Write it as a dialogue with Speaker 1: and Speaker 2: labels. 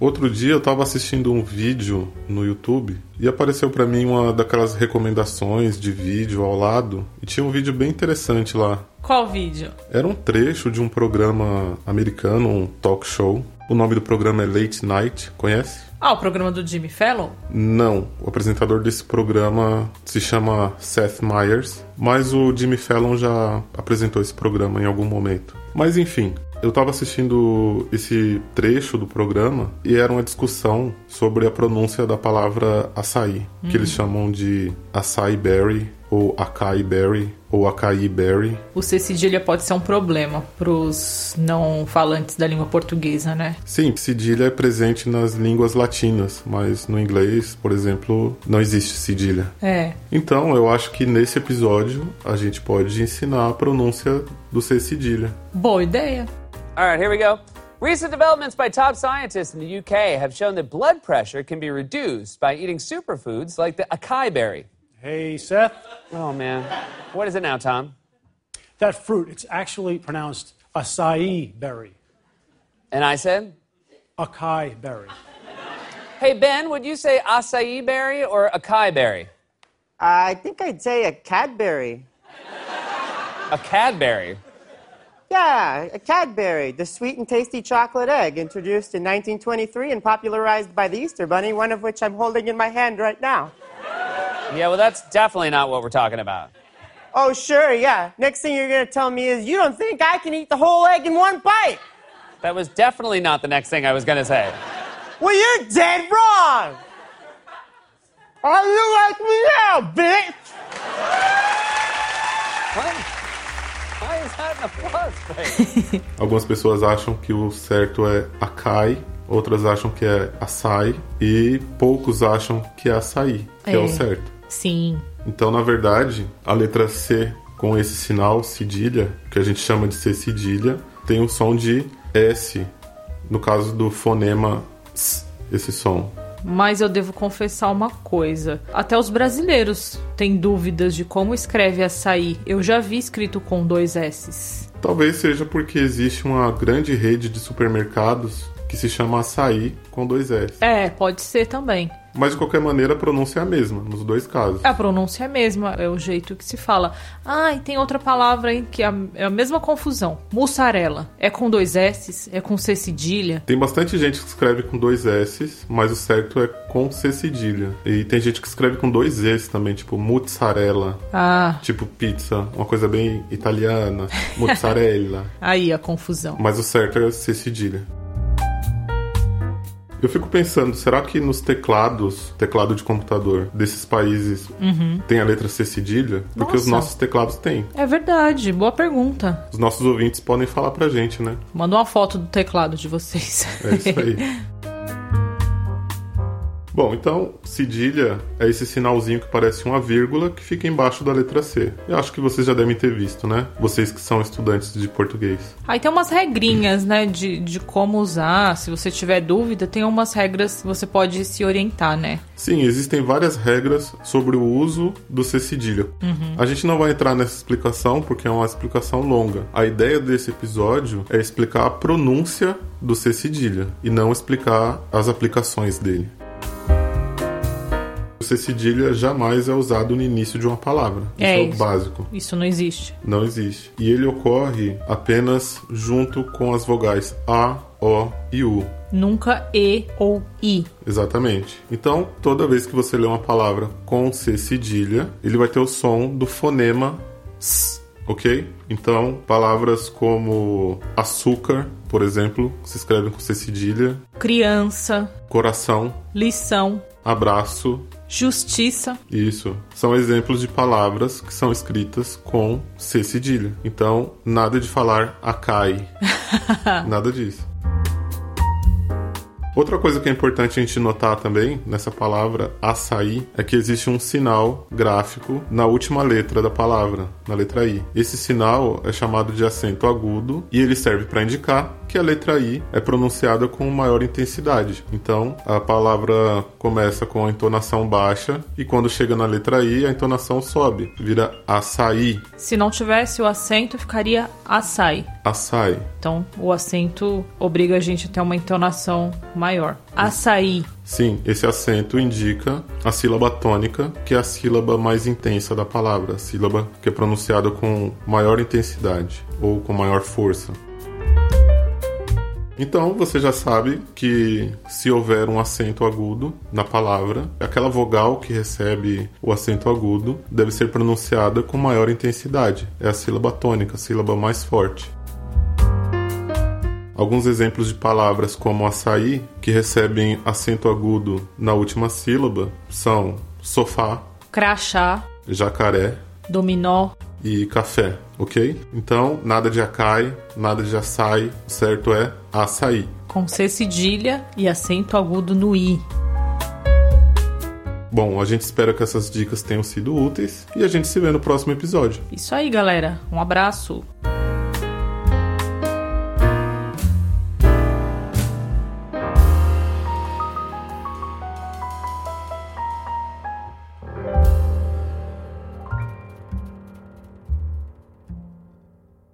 Speaker 1: Outro dia eu estava assistindo um vídeo no YouTube e apareceu para mim uma daquelas recomendações de vídeo ao lado e tinha um vídeo bem interessante lá.
Speaker 2: Qual vídeo?
Speaker 1: Era um trecho de um programa americano, um talk show. O nome do programa é Late Night, conhece?
Speaker 2: Ah, o programa do Jimmy Fallon?
Speaker 1: Não, o apresentador desse programa se chama Seth Meyers, mas o Jimmy Fallon já apresentou esse programa em algum momento. Mas enfim, eu estava assistindo esse trecho do programa e era uma discussão sobre a pronúncia da palavra açaí, que eles chamam de açaí berry ou acai berry ou acai berry.
Speaker 2: O C cedilha pode ser um problema pros não falantes da língua portuguesa, né?
Speaker 1: Sim, cedilha é presente nas línguas latinas, mas no inglês, por exemplo, não existe cedilha.
Speaker 2: É.
Speaker 1: Então, eu acho que nesse episódio a gente pode ensinar a pronúncia do C cedilha.
Speaker 2: Boa ideia.
Speaker 3: All right, here we go. Recent developments by top scientists in the UK have shown that blood pressure can be reduced by eating superfoods like the acai berry.
Speaker 4: Hey, Seth,
Speaker 3: Oh, man. What is it now, Tom?
Speaker 4: that fruit, it's actually pronounced acai berry,
Speaker 3: And I said,
Speaker 4: acai berry.
Speaker 3: Hey, Ben, would you say acai berry or acai berry?
Speaker 5: I think I'd say a Cadbury.
Speaker 3: A Cadbury.
Speaker 5: Yeah, a Cadbury, the sweet and tasty chocolate egg introduced in 1923 and popularized by the Easter Bunny, one of which I'm holding in my hand right now.
Speaker 3: Yeah, well, that's definitely not what we're talking about.
Speaker 5: Oh, sure, yeah. Next thing you're going to tell me is you don't think I can eat the whole egg in one bite.
Speaker 3: That was definitely not the next thing I was going to say.
Speaker 5: Well, you're dead wrong. Are you like me now, bitch?
Speaker 3: What? Why is that an applause break?
Speaker 1: Algumas pessoas acham que o certo é acai, outras acham que é açaí e poucos acham que é açaí, que é,
Speaker 2: É.
Speaker 1: o certo.
Speaker 2: Sim.
Speaker 1: Então, na verdade, a letra C com esse sinal cedilha, que a gente chama de C cedilha, tem o som de S, no caso do fonema S, esse som.
Speaker 2: Mas eu devo confessar uma coisa. Até os brasileiros têm dúvidas de como escreve açaí. Eu já vi escrito com dois S's.
Speaker 1: Talvez seja porque existe uma grande rede de supermercados que se chama açaí com dois S.
Speaker 2: É, pode ser também.
Speaker 1: Mas de qualquer maneira a pronúncia é a mesma nos dois casos.
Speaker 2: A pronúncia é a mesma, é o jeito que se fala. Ah, e tem outra palavra aí que é a, é a mesma confusão. Mussarela. É com dois S's? É com C cedilha?
Speaker 1: Tem bastante gente que escreve com dois S's, mas o certo é com C cedilha. E tem gente que escreve com dois Z's também, tipo mozzarella,
Speaker 2: Ah,
Speaker 1: tipo pizza, uma coisa bem italiana, mozzarella.
Speaker 2: aí a confusão.
Speaker 1: mas o certo é C cedilha. Eu fico pensando, será que nos teclados, teclado de computador desses países, tem a letra C cedilha? Porque os
Speaker 2: Nossa.
Speaker 1: nossos teclados têm.
Speaker 2: É verdade, boa pergunta.
Speaker 1: Os nossos ouvintes podem falar pra gente, né?
Speaker 2: Manda uma foto do teclado de vocês.
Speaker 1: É isso aí. Bom, então, cedilha é esse sinalzinho que parece uma vírgula que fica embaixo da letra C. Eu acho que vocês já devem ter visto, né? Vocês que são estudantes de português.
Speaker 2: Aí tem umas regrinhas, né, de, de como usar. Se você tiver dúvida, tem umas regras que você pode se orientar, né?
Speaker 1: Sim, existem várias regras sobre o uso do C cedilha. A gente não vai entrar nessa explicação porque é uma explicação longa. A ideia desse episódio é explicar a pronúncia do C cedilha e não explicar as aplicações dele. O C cedilha jamais é usado no início de uma palavra.
Speaker 2: É
Speaker 1: isso é o
Speaker 2: isso.
Speaker 1: básico.
Speaker 2: Isso não existe.
Speaker 1: Não existe. E ele ocorre apenas junto com as vogais A, O e U.
Speaker 2: Nunca E ou I.
Speaker 1: Exatamente. Então, toda vez que você lê uma palavra com C cedilha, ele vai ter o som do fonema S, ok? Então, palavras como açúcar, por exemplo, se escrevem com C cedilha,
Speaker 2: Criança,
Speaker 1: coração,
Speaker 2: lição,
Speaker 1: abraço,
Speaker 2: justiça.
Speaker 1: isso. São exemplos de palavras que são escritas com C cedilha. Então, nada de falar acai. nada disso. Outra coisa que é importante a gente notar também nessa palavra açaí é que existe um sinal gráfico na última letra da palavra, na letra I. Esse sinal é chamado de acento agudo e ele serve para indicar que a letra I é pronunciada com maior intensidade. Então, a palavra começa com a entonação baixa e quando chega na letra I, a entonação sobe, vira açaí,
Speaker 2: Se não tivesse o acento, ficaria açaí.
Speaker 1: açaí.
Speaker 2: Então, o acento obriga a gente a ter uma entonação maior. Açaí.
Speaker 1: Sim, esse acento indica a sílaba tônica, que é a sílaba mais intensa da palavra, a sílaba que é pronunciada com maior intensidade ou com maior força. Então você já sabe que se houver um acento agudo na palavra, aquela vogal que recebe o acento agudo deve ser pronunciada com maior intensidade. É a sílaba tônica, a sílaba mais forte. Alguns exemplos de palavras como açaí, que recebem acento agudo na última sílaba, são sofá,
Speaker 2: Crachá.
Speaker 1: jacaré
Speaker 2: Dominó.
Speaker 1: e café, ok? Então, nada de acai, nada de açaí, o certo é açaí.
Speaker 2: Com C cedilha e acento agudo no I.
Speaker 1: Bom, a gente espera que essas dicas tenham sido úteis e a gente se vê no próximo episódio.
Speaker 2: Isso aí, galera. Um abraço.